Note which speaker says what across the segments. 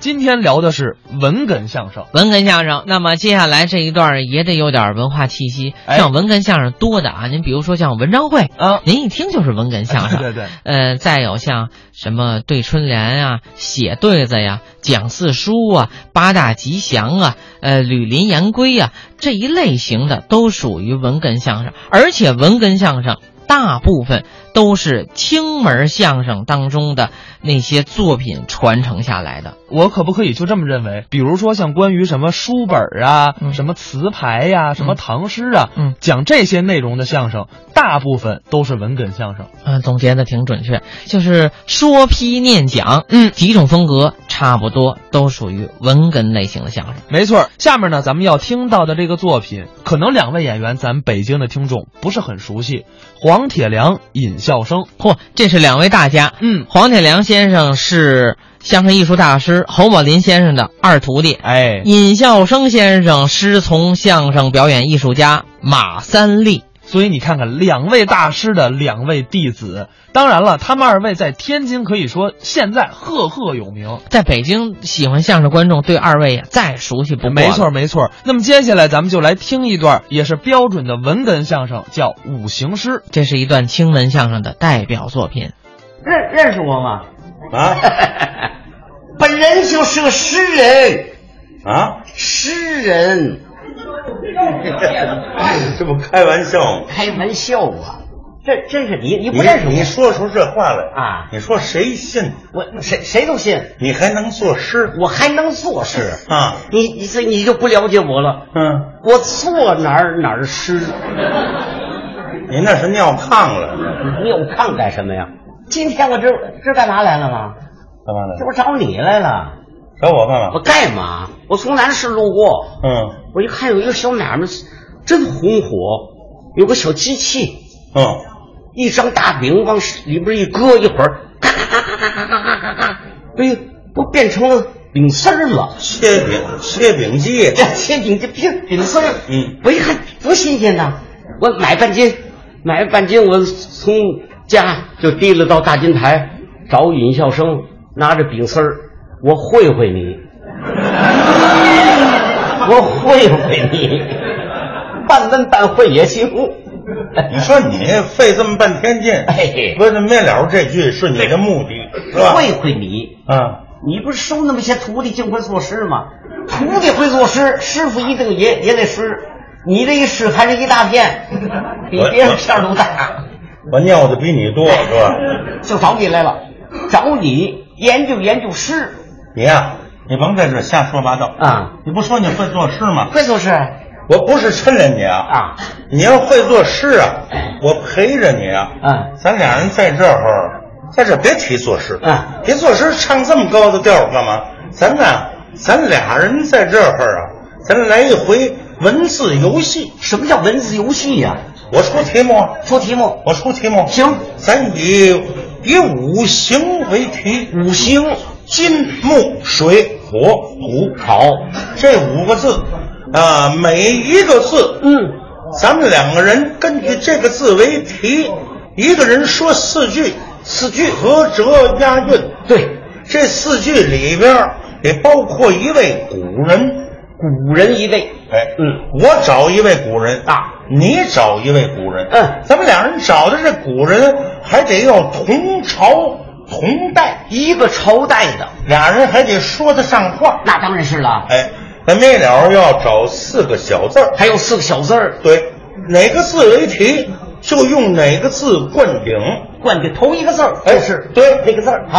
Speaker 1: 今天聊的是文哏相声。
Speaker 2: 文哏相声，那么接下来这一段也得有点文化气息。
Speaker 1: 哎
Speaker 2: 像文哏相声多的啊，您比如说像文章会，
Speaker 1: 啊，
Speaker 2: 您一听就是文哏相声。
Speaker 1: 对对对
Speaker 2: 呃，再有像什么对春联啊、写对子呀、讲四书啊、八大吉祥啊、呃吕林言归啊这一类型的，都属于文哏相声。而且文哏相声大部分都是清门相声当中的那些作品传承下来的。
Speaker 1: 我可不可以就这么认为？比如说像关于什么书本儿啊、
Speaker 2: 嗯
Speaker 1: 什么词牌呀、什么唐诗啊，
Speaker 2: 嗯
Speaker 1: 讲这些内容的相声，大部分都是文哏相声。
Speaker 2: 嗯，总结的挺准确，就是说批念讲，
Speaker 1: 嗯
Speaker 2: 几种风格差不多都属于文哏类型的相声。
Speaker 1: 没错儿，下面呢，咱们要听到的这个作品，可能两位演员咱们北京的听众不是很熟悉，黄铁良、尹笑声。
Speaker 2: 嚯，这是两位大家，
Speaker 1: 嗯，
Speaker 2: 黄铁良先生是相声艺术大师侯宝林先生的二徒弟，
Speaker 1: 哎，
Speaker 2: 尹笑声先生师从相声表演艺术家马三立。
Speaker 1: 所以你看看两位大师的两位弟子，当然了，他们二位在天津可以说现在赫赫有名。
Speaker 2: 在北京喜欢相声的观众对二位也再熟悉不过了。
Speaker 1: 没错，没错。那么接下来咱们就来听一段，也是标准的文哏相声，叫《五行诗》。
Speaker 2: 这是一段清门相声的代表作品。
Speaker 3: 认认识我吗？
Speaker 4: 啊
Speaker 3: 本人就是个诗人，
Speaker 4: 啊！
Speaker 3: 诗人，
Speaker 4: 这不开玩笑吗？
Speaker 3: 开玩笑啊！这真是你，你
Speaker 4: 你
Speaker 3: 不认识
Speaker 4: 你
Speaker 3: 我，
Speaker 4: 说出这话来
Speaker 3: 啊
Speaker 4: 你说谁信？
Speaker 3: 我谁谁都信，
Speaker 4: 你还能作诗
Speaker 3: 我还能作诗
Speaker 4: 啊？
Speaker 3: 你你这你就不了解我了，
Speaker 4: 嗯，
Speaker 3: 我错哪儿哪儿诗，
Speaker 4: 你那是尿炕了，
Speaker 3: 你有炕干什么呀？今天我这这干嘛来了吗？
Speaker 4: 干嘛
Speaker 3: 这
Speaker 4: 来？
Speaker 3: 不找你来了，
Speaker 4: 找我干
Speaker 3: 我
Speaker 4: 嘛？
Speaker 3: 干嘛？我从南市路过，
Speaker 4: 嗯
Speaker 3: 我就看有一个小买卖，真红火，有个小机器，
Speaker 4: 嗯，
Speaker 3: 一张大饼往里边一搁，一会儿咔咔咔咔咔咔咔咔咔，哎呦，都变成了饼丝儿了。
Speaker 4: 切饼切饼机
Speaker 3: 这切饼这饼饼丝儿，
Speaker 4: 嗯，
Speaker 3: 我一看多新鲜呐！我买半斤，买半斤，我从家就提溜到大金台找尹笑生，拿着饼丝儿，我会会你，我会会你，半问半会也行。
Speaker 4: 你说你费这么半天劲
Speaker 3: 哎，
Speaker 4: 为了灭了这句是你的目的是吧？
Speaker 3: 会会你。
Speaker 4: 啊，
Speaker 3: 你不是收那么些徒弟净会作诗吗？徒弟会作诗，师傅一定也也得诗。你这一诗还是一大片，比别人片儿都大。
Speaker 4: 我尿的比你多
Speaker 3: 哎
Speaker 4: 是吧？
Speaker 3: 就找你来了，找你研究研究诗
Speaker 4: 你呀，你甭在这儿瞎说八道！
Speaker 3: 啊，
Speaker 4: 你不说你会作诗吗？
Speaker 3: 会作诗
Speaker 4: 我不是抻着你啊
Speaker 3: 啊。
Speaker 4: 你要会做诗啊，我陪着你啊。
Speaker 3: 嗯
Speaker 4: 咱俩人在这儿，在这儿别提作诗。
Speaker 3: 嗯
Speaker 4: 提作诗唱这么高的调儿干嘛？咱俩，咱俩人在这儿啊，咱来一回文字游戏。
Speaker 3: 什么叫文字游戏呀、
Speaker 4: 我出题目，啊
Speaker 3: 出题目，
Speaker 4: 我出题目。
Speaker 3: 行
Speaker 4: 咱以以五行为题。
Speaker 3: 五行
Speaker 4: 金木水火土好，这五个字，啊、每一个字，
Speaker 3: 嗯，
Speaker 4: 咱们两个人根据这个字为题，一个人说四句，四句合辙押韵。
Speaker 3: 对，
Speaker 4: 这四句里边儿得包括一位古人。
Speaker 3: 古人一位，
Speaker 4: 哎，
Speaker 3: 嗯，
Speaker 4: 我找一位古人
Speaker 3: 啊，
Speaker 4: 你找一位古人，
Speaker 3: 嗯
Speaker 4: 咱们俩人找的这古人还得要同朝同代，
Speaker 3: 一个朝代的，
Speaker 4: 俩人还得说得上话。
Speaker 3: 那当然是了。
Speaker 4: 哎，咱灭了要找四个小字儿，
Speaker 3: 还有四个小字儿，
Speaker 4: 对，哪个字为题，就用哪个字灌顶。
Speaker 3: 冠的头一个字儿
Speaker 4: 哎，
Speaker 3: 就是
Speaker 4: 对
Speaker 3: 那个字儿。
Speaker 4: 好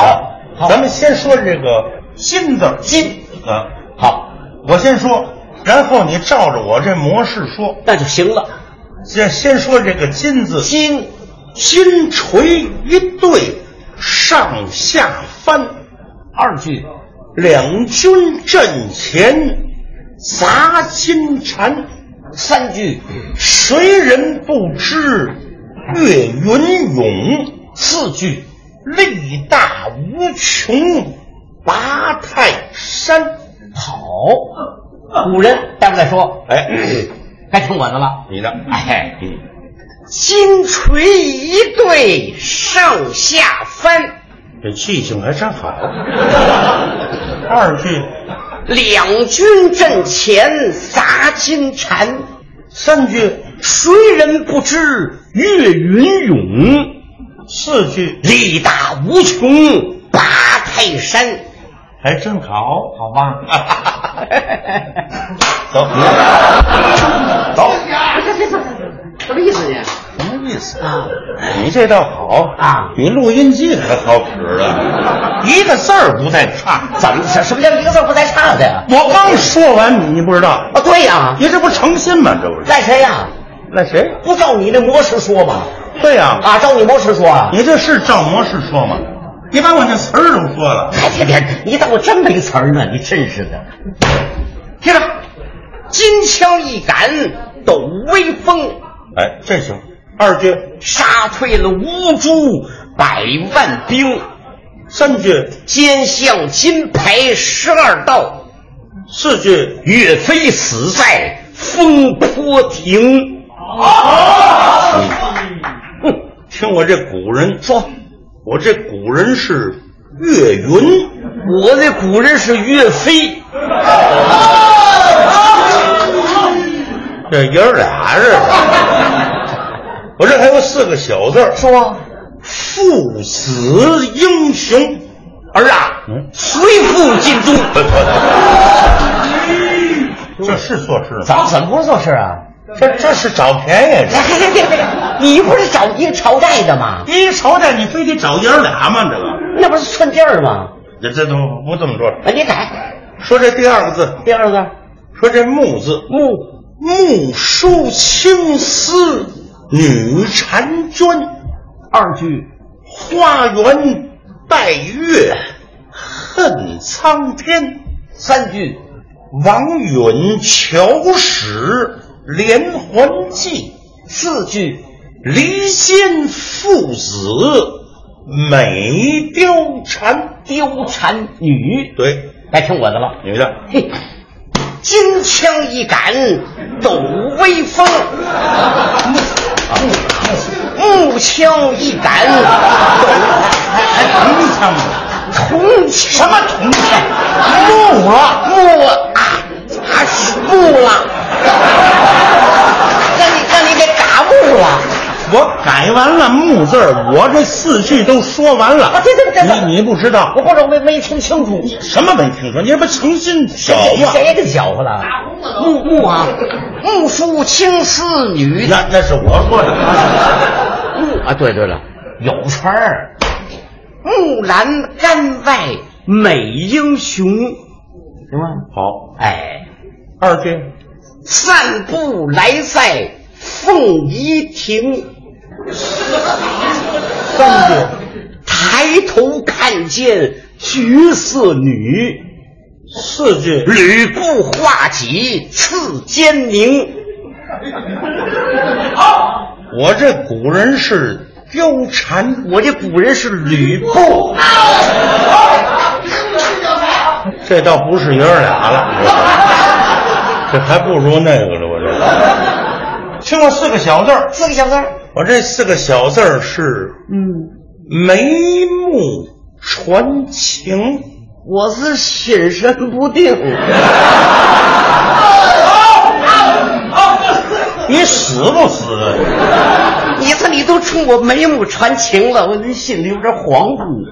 Speaker 3: 好，，好
Speaker 4: 咱们先说这个“金”字，“金”啊，
Speaker 3: 好，
Speaker 4: 我先说，然后你照着我这模式说。
Speaker 3: 那就行了。
Speaker 4: 先先说这个“金”字，
Speaker 3: 金
Speaker 4: 金锤一对，上下翻，
Speaker 3: 二句，
Speaker 4: 两军阵前砸金蝉。
Speaker 3: 三句，
Speaker 4: 谁人不知岳云勇？
Speaker 3: 四句，
Speaker 4: 力大无穷，拔泰山。
Speaker 3: 好。古人待会儿再说，
Speaker 4: 哎，
Speaker 3: 该听我的了。
Speaker 4: 你的，
Speaker 3: 哎
Speaker 4: 嗯，
Speaker 3: 金锤一对上下翻，
Speaker 4: 这记性还真好。二句，
Speaker 3: 两军阵前砸金蝉，
Speaker 4: 三句，
Speaker 3: 谁人不知岳云勇？
Speaker 4: 四句，
Speaker 3: 力大无穷八泰山。
Speaker 4: 还真哎好，好吧？ 走，走，
Speaker 3: 什么意思呢？
Speaker 4: 什么意思啊？你这倒好
Speaker 3: 啊
Speaker 4: 比录音机还好使 了，一个字儿不带差。
Speaker 3: 怎么什什么叫一个字不带差的呀？
Speaker 4: 我刚说完，你不知道，
Speaker 3: 啊，对呀、
Speaker 4: 你这不成心吗？这不是？
Speaker 3: 赖谁呀、
Speaker 4: 那谁？
Speaker 3: 不照你那模式说吗？
Speaker 4: 对呀、
Speaker 3: 啊，照你模式说啊？
Speaker 4: 你这是照模式说吗？你把我那词儿都说了。
Speaker 3: 哎，别别，你当我真没词儿呢？你真是的。听着，金枪一杆抖威风，
Speaker 4: 哎，这行。二句、
Speaker 3: 杀退了乌珠百万兵，
Speaker 4: 三句、
Speaker 3: 肩向金牌十二道，
Speaker 4: 四句，
Speaker 3: 岳飞死在风波亭。
Speaker 4: 嗯听我这古人说，我这古人是岳云。
Speaker 3: 我的古人是岳飞，
Speaker 4: 这爷儿俩似的。 我这还有四个小字儿，
Speaker 3: 说
Speaker 4: 父子英雄。
Speaker 3: 儿啊，
Speaker 4: 嗯
Speaker 3: 随父进忠。
Speaker 4: 这是做事
Speaker 3: 咱
Speaker 4: 吗？
Speaker 3: 们怎么不是做事啊？
Speaker 4: 这这是找便宜。
Speaker 3: 别别别， 你不是找一个朝代的吗？
Speaker 4: 你一瞅见你非得找爷儿俩吗？这个
Speaker 3: 那不是寸劲儿吗？
Speaker 4: 这这都不这么说。
Speaker 3: 啊，你改
Speaker 4: 说这第二个字，
Speaker 3: 第二个
Speaker 4: 说这木字，
Speaker 3: 木
Speaker 4: 木梳青丝女婵娟，
Speaker 3: 二句，
Speaker 4: 花园带月恨苍天。
Speaker 3: 三句
Speaker 4: 王允巧使连环计，
Speaker 3: 四句
Speaker 4: 离间父子美貂蝉。
Speaker 3: 貂蝉女，
Speaker 4: 对，
Speaker 3: 该哎听我的了。
Speaker 4: 女的，
Speaker 3: 嘿，金枪一杆抖威风，木枪一杆
Speaker 4: 铜枪吗？
Speaker 3: 铜
Speaker 4: 什
Speaker 3: 枪
Speaker 4: 么铜枪？
Speaker 3: 木了木了啊啊是木了，让你让你给嘎木了。
Speaker 4: 我改完了木字儿，我这四句都说完了。
Speaker 3: 啊对对对对
Speaker 4: 你你不知道
Speaker 3: 我不是我没没听清楚，
Speaker 4: 什么没听说？你这不成心找
Speaker 3: 谁
Speaker 4: 吗？
Speaker 3: 谁给搅和了？木木啊，木梳青丝女
Speaker 4: 那那是我说的。
Speaker 3: 木啊，对对了，有词儿。木兰杆外美英雄，行吗？
Speaker 4: 好，
Speaker 3: 哎，
Speaker 4: 二句
Speaker 3: 散步来在凤仪亭，啊
Speaker 4: 三句
Speaker 3: 抬头看见绝色女，
Speaker 4: 四句
Speaker 3: 吕布画戟刺奸宁。
Speaker 4: 我这古人是貂蝉，
Speaker 3: 我这古人是吕布，
Speaker 4: 不，这倒不是爷儿俩了，这还不如那个了。我这听我四个小字儿，
Speaker 3: 四个小字儿。
Speaker 4: 我这四个小字儿是
Speaker 3: 嗯，
Speaker 4: 眉目传情。
Speaker 3: 我是心神不定。
Speaker 4: 你死不死？
Speaker 3: 你看，你都冲我眉目传情了，我这心里有点恍惚。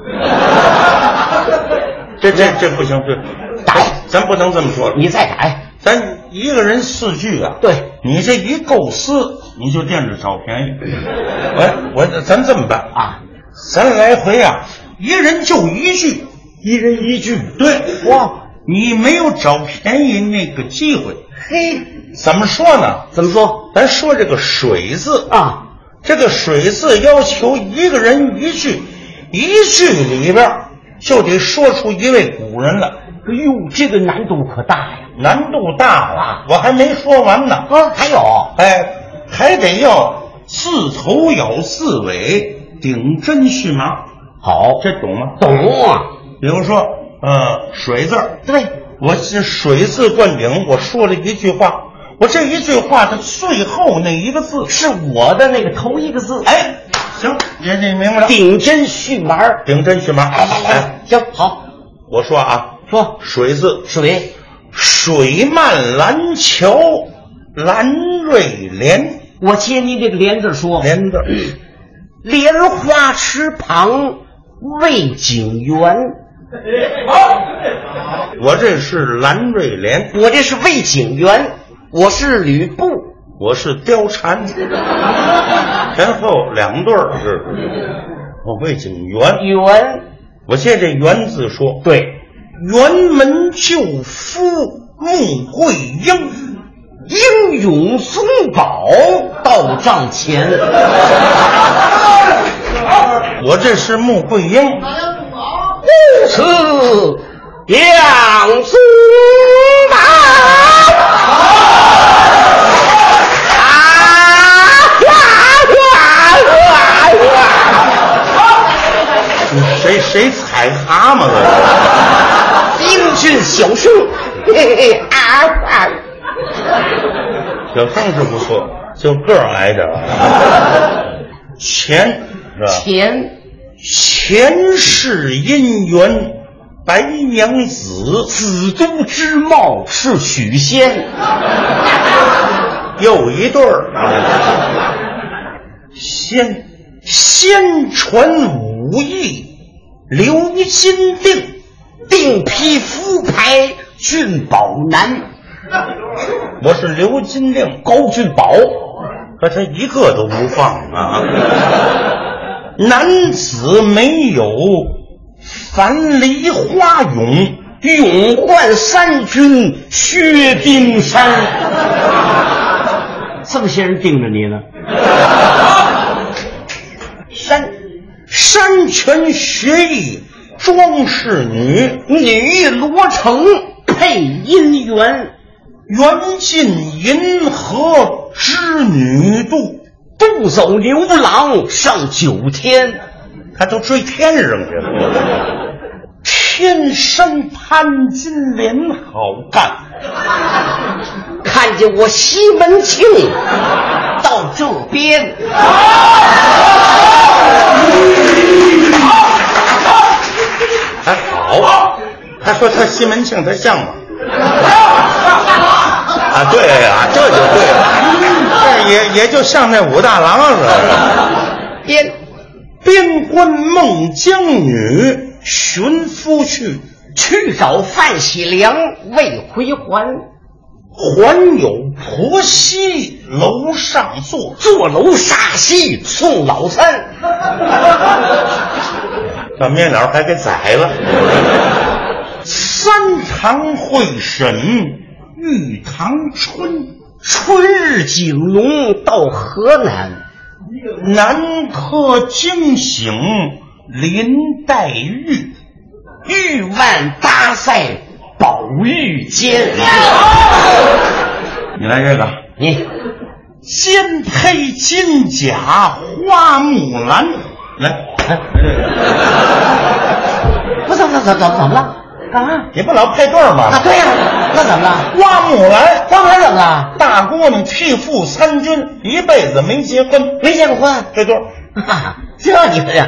Speaker 4: 这这这不行，这
Speaker 3: 改，
Speaker 4: 咱不能这么说。
Speaker 3: 嗯你再改。
Speaker 4: 咱一个人四句啊，
Speaker 3: 对，
Speaker 4: 你这一构思，你就惦着找 便宜。我我咱这么办啊，
Speaker 3: 啊，
Speaker 4: 咱来回啊，一人就一句，
Speaker 3: 一人一句。
Speaker 4: 对，
Speaker 3: 哇，
Speaker 4: 你没有找便宜那个机会。
Speaker 3: 嘿，
Speaker 4: 怎么说呢？
Speaker 3: 怎么说
Speaker 4: 咱说这个水字，
Speaker 3: 啊？
Speaker 4: 这个水字要求一个人一句，一句里边儿就得说出一位古人来，
Speaker 3: 哎呦，这个难度可大呀！
Speaker 4: 难度大了。我还没说完呢，
Speaker 3: 啊，还有
Speaker 4: 哎，还得要四头有四尾，顶针续麻，
Speaker 3: 好，
Speaker 4: 这懂吗？
Speaker 3: 懂啊？
Speaker 4: 比如说，呃，水字儿，
Speaker 3: 对，
Speaker 4: 我是水字灌顶，我说了一句话，我这一句话的最后那一个字，
Speaker 3: 是我的那个头一个字。
Speaker 4: 哎，行，也你明白了。
Speaker 3: 顶针续麻儿。
Speaker 4: 顶针续麻。哎
Speaker 3: 来来来，，行好，
Speaker 4: 我说啊，
Speaker 3: 说
Speaker 4: 水字，
Speaker 3: 水
Speaker 4: 水漫蓝桥，蓝瑞莲，
Speaker 3: 我接您这个“莲”字说，
Speaker 4: 莲 字，
Speaker 3: 莲花池旁魏景园，
Speaker 4: 我这是蓝瑞莲，
Speaker 3: 我这是魏景园，我是吕布，
Speaker 4: 我是貂蝉，前后两对儿
Speaker 3: 嗯
Speaker 4: 是。我魏景元，
Speaker 3: 园
Speaker 4: 我借这“元”字说，
Speaker 3: 对，
Speaker 4: 辕门救夫穆桂英，
Speaker 3: 英勇松宝到帐前，
Speaker 4: 我这是穆桂英，
Speaker 3: 不辞两松宝。啊哇哇哇哇！
Speaker 4: 谁谁踩蛤蟆了？
Speaker 3: 英俊小生，嘿嘿啊啊！
Speaker 4: 小生是不错，就个儿矮点 儿。前是吧？
Speaker 3: 钱
Speaker 4: 前世姻缘，白娘子，
Speaker 3: 子都之貌是许仙，
Speaker 4: 又一对儿。先先传武艺，留金定。
Speaker 3: 定批夫牌俊宝男，
Speaker 4: 我是刘金定，高俊宝，可他一个都不放啊！男子没有樊梨花勇，
Speaker 3: 勇冠三军薛丁山。 这么些人盯着你呢，
Speaker 4: 山山泉学艺庄氏女，
Speaker 3: 女亦罗成配姻缘，
Speaker 4: 缘尽银河织女渡，
Speaker 3: 渡走牛郎上九天。
Speaker 4: 他都追天上去了。 天山潘金莲好干，
Speaker 3: 看见我西门庆到这边，
Speaker 4: 还好。啊他说他西门庆，他像吗？ 啊，对呀、这就对了，这也也就像那武大郎似 的。
Speaker 3: 边
Speaker 4: 边关孟姜女寻夫去，
Speaker 3: 去找范喜良未回还，
Speaker 4: 还有婆媳楼上坐。
Speaker 3: 坐楼杀西送 老三，
Speaker 4: 把面鸟还给宰了。三堂会审玉堂春，
Speaker 3: 春日景浓到河南，
Speaker 4: 南柯惊醒林黛玉，
Speaker 3: 玉腕搭赛宝玉间。
Speaker 4: 你来这个。
Speaker 3: 你
Speaker 4: 肩披金甲花木兰，来，
Speaker 3: 不怎么怎么怎么怎么了？干嘛？
Speaker 4: 你不老配对儿
Speaker 3: 啊，
Speaker 4: 吗？
Speaker 3: 对呀、那怎么了？
Speaker 4: 花木兰，
Speaker 3: 花牌怎么了？
Speaker 4: 大姑娘替父参军，一辈子没结婚，
Speaker 3: 没结过婚。
Speaker 4: 配对儿，
Speaker 3: 哈哈， 这你呀，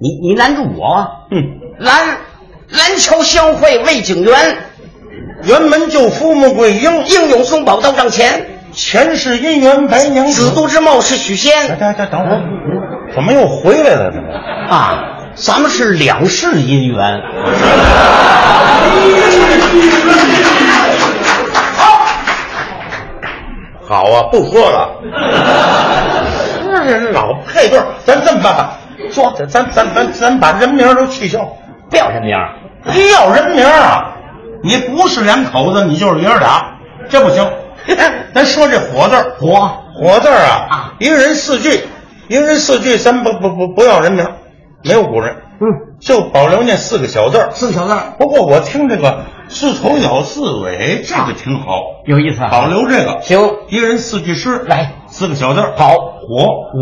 Speaker 3: 你你拦住我，
Speaker 4: 嗯，
Speaker 3: 拦拦桥相会魏景元，
Speaker 4: 辕门救夫穆桂英，
Speaker 3: 英勇松宝到帐前，
Speaker 4: 前世姻缘白娘
Speaker 3: 子
Speaker 4: 子。
Speaker 3: 都之貌是许
Speaker 4: 哎，
Speaker 3: 仙
Speaker 4: 等等等会儿，怎么又回来了？怎么？
Speaker 3: 啊，咱们是两世姻缘，
Speaker 4: 好啊，不说 了，是老配对儿，咱这么办吧，说，咱咱咱咱咱把人名儿都取消。
Speaker 3: 不要什么样，
Speaker 4: 你要人名啊，你不是两口子，你就是爷儿俩，这不 行。咱说这火字儿，火火字儿啊
Speaker 3: 啊，
Speaker 4: 一个人四句，一个人四句，咱不不不不要人名，没有古人，
Speaker 3: 嗯，
Speaker 4: 就保留那四个小字儿。
Speaker 3: 四个小字儿
Speaker 4: 不过我听这个四头咬四尾，这个挺好，
Speaker 3: 有意思啊
Speaker 4: 保留这个。
Speaker 3: 行，
Speaker 4: 一个人四句诗，
Speaker 3: 来
Speaker 4: 四个小字儿，好，火，
Speaker 3: 嗯，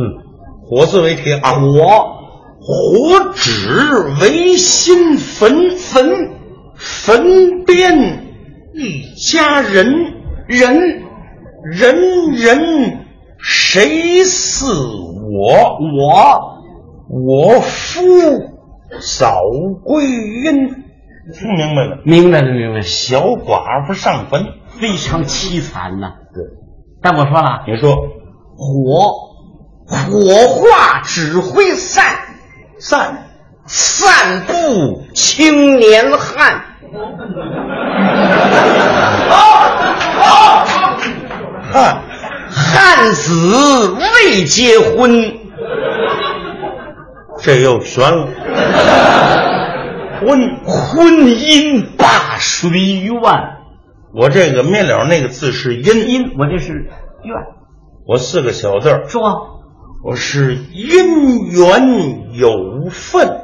Speaker 4: 火字为题啊，
Speaker 3: 我
Speaker 4: 火纸为心坟，坟坟边一家人，人人人谁似我
Speaker 3: 我
Speaker 4: 我夫扫归阴，听明白了？
Speaker 3: 明白了，明白了，
Speaker 4: 小寡妇上坟，
Speaker 3: 非常凄惨呐、但我说了，
Speaker 4: 你说
Speaker 3: 火火化指挥散
Speaker 4: 散
Speaker 3: 散布青年汉，
Speaker 4: 汉
Speaker 3: 汉子未结婚，
Speaker 4: 这又悬了。婚，
Speaker 3: 婚姻罢谁怨？
Speaker 4: 我这个面了那个字是阴，
Speaker 3: 因我这是怨，
Speaker 4: 我四个小字儿，
Speaker 3: 说
Speaker 4: 我是姻缘有份，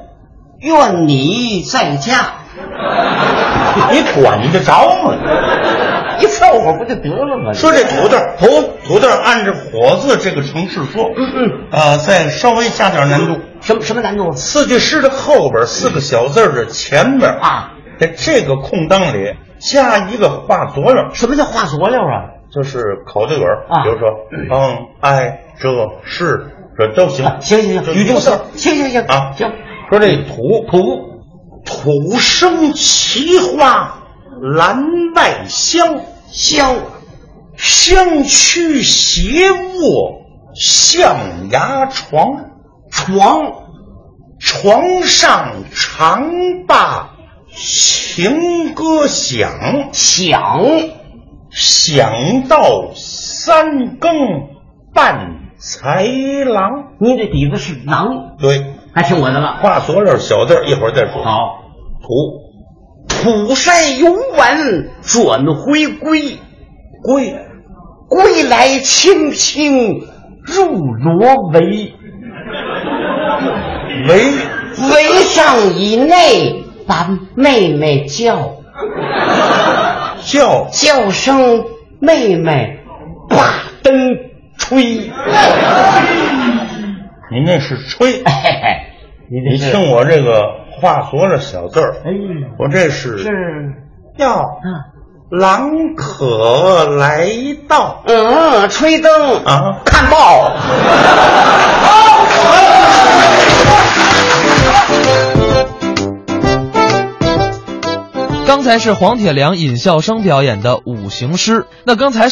Speaker 3: 愿你在家，
Speaker 4: 你管得着吗？
Speaker 3: 一凑合不就得了吗？
Speaker 4: 说这土豆儿，土土豆儿按照火字这个程式说，
Speaker 3: 嗯嗯，
Speaker 4: 呃，再稍微下点难度。
Speaker 3: 什么什么难度啊
Speaker 4: 四句诗的后边四个小字儿的前边，
Speaker 3: 啊？
Speaker 4: 在这个空档里加一个画佐料，
Speaker 3: 什么叫画佐料啊？
Speaker 4: 就是口对嘴儿
Speaker 3: 啊
Speaker 4: 比如说，嗯，哎，这是这都行
Speaker 3: 啊，行行
Speaker 4: 就
Speaker 3: 行，语助词
Speaker 4: 就，
Speaker 3: 行行行
Speaker 4: 啊
Speaker 3: 行，嗯
Speaker 4: 说这土土土生奇花兰外香，
Speaker 3: 香啊
Speaker 4: 香躯斜卧象牙床，
Speaker 3: 床
Speaker 4: 床上长罢情歌响。
Speaker 3: 响
Speaker 4: 想到三更半豺狼。
Speaker 3: 您这底子是囊，
Speaker 4: 对，
Speaker 3: 还听我的了。
Speaker 4: 画左料小字儿，一会儿再说。，
Speaker 3: 好，
Speaker 4: 土
Speaker 3: 浦山游玩转回归，
Speaker 4: 龟，
Speaker 3: 归来青青入罗帷，
Speaker 4: 围
Speaker 3: 围上以内把妹妹叫，
Speaker 4: 叫
Speaker 3: 叫声妹妹，把灯吹。
Speaker 4: 您那是吹。
Speaker 3: 嘿嘿，
Speaker 4: 你听我这个画左料小字儿，
Speaker 3: 哎，
Speaker 4: 我这是 嗯
Speaker 3: 是
Speaker 4: 叫
Speaker 3: 啊，
Speaker 4: 狼可来到
Speaker 3: 嗯，吹灯，
Speaker 4: 啊，
Speaker 3: 看报。
Speaker 1: 刚才是黄铁良、尹笑声表演的五行诗，那刚才。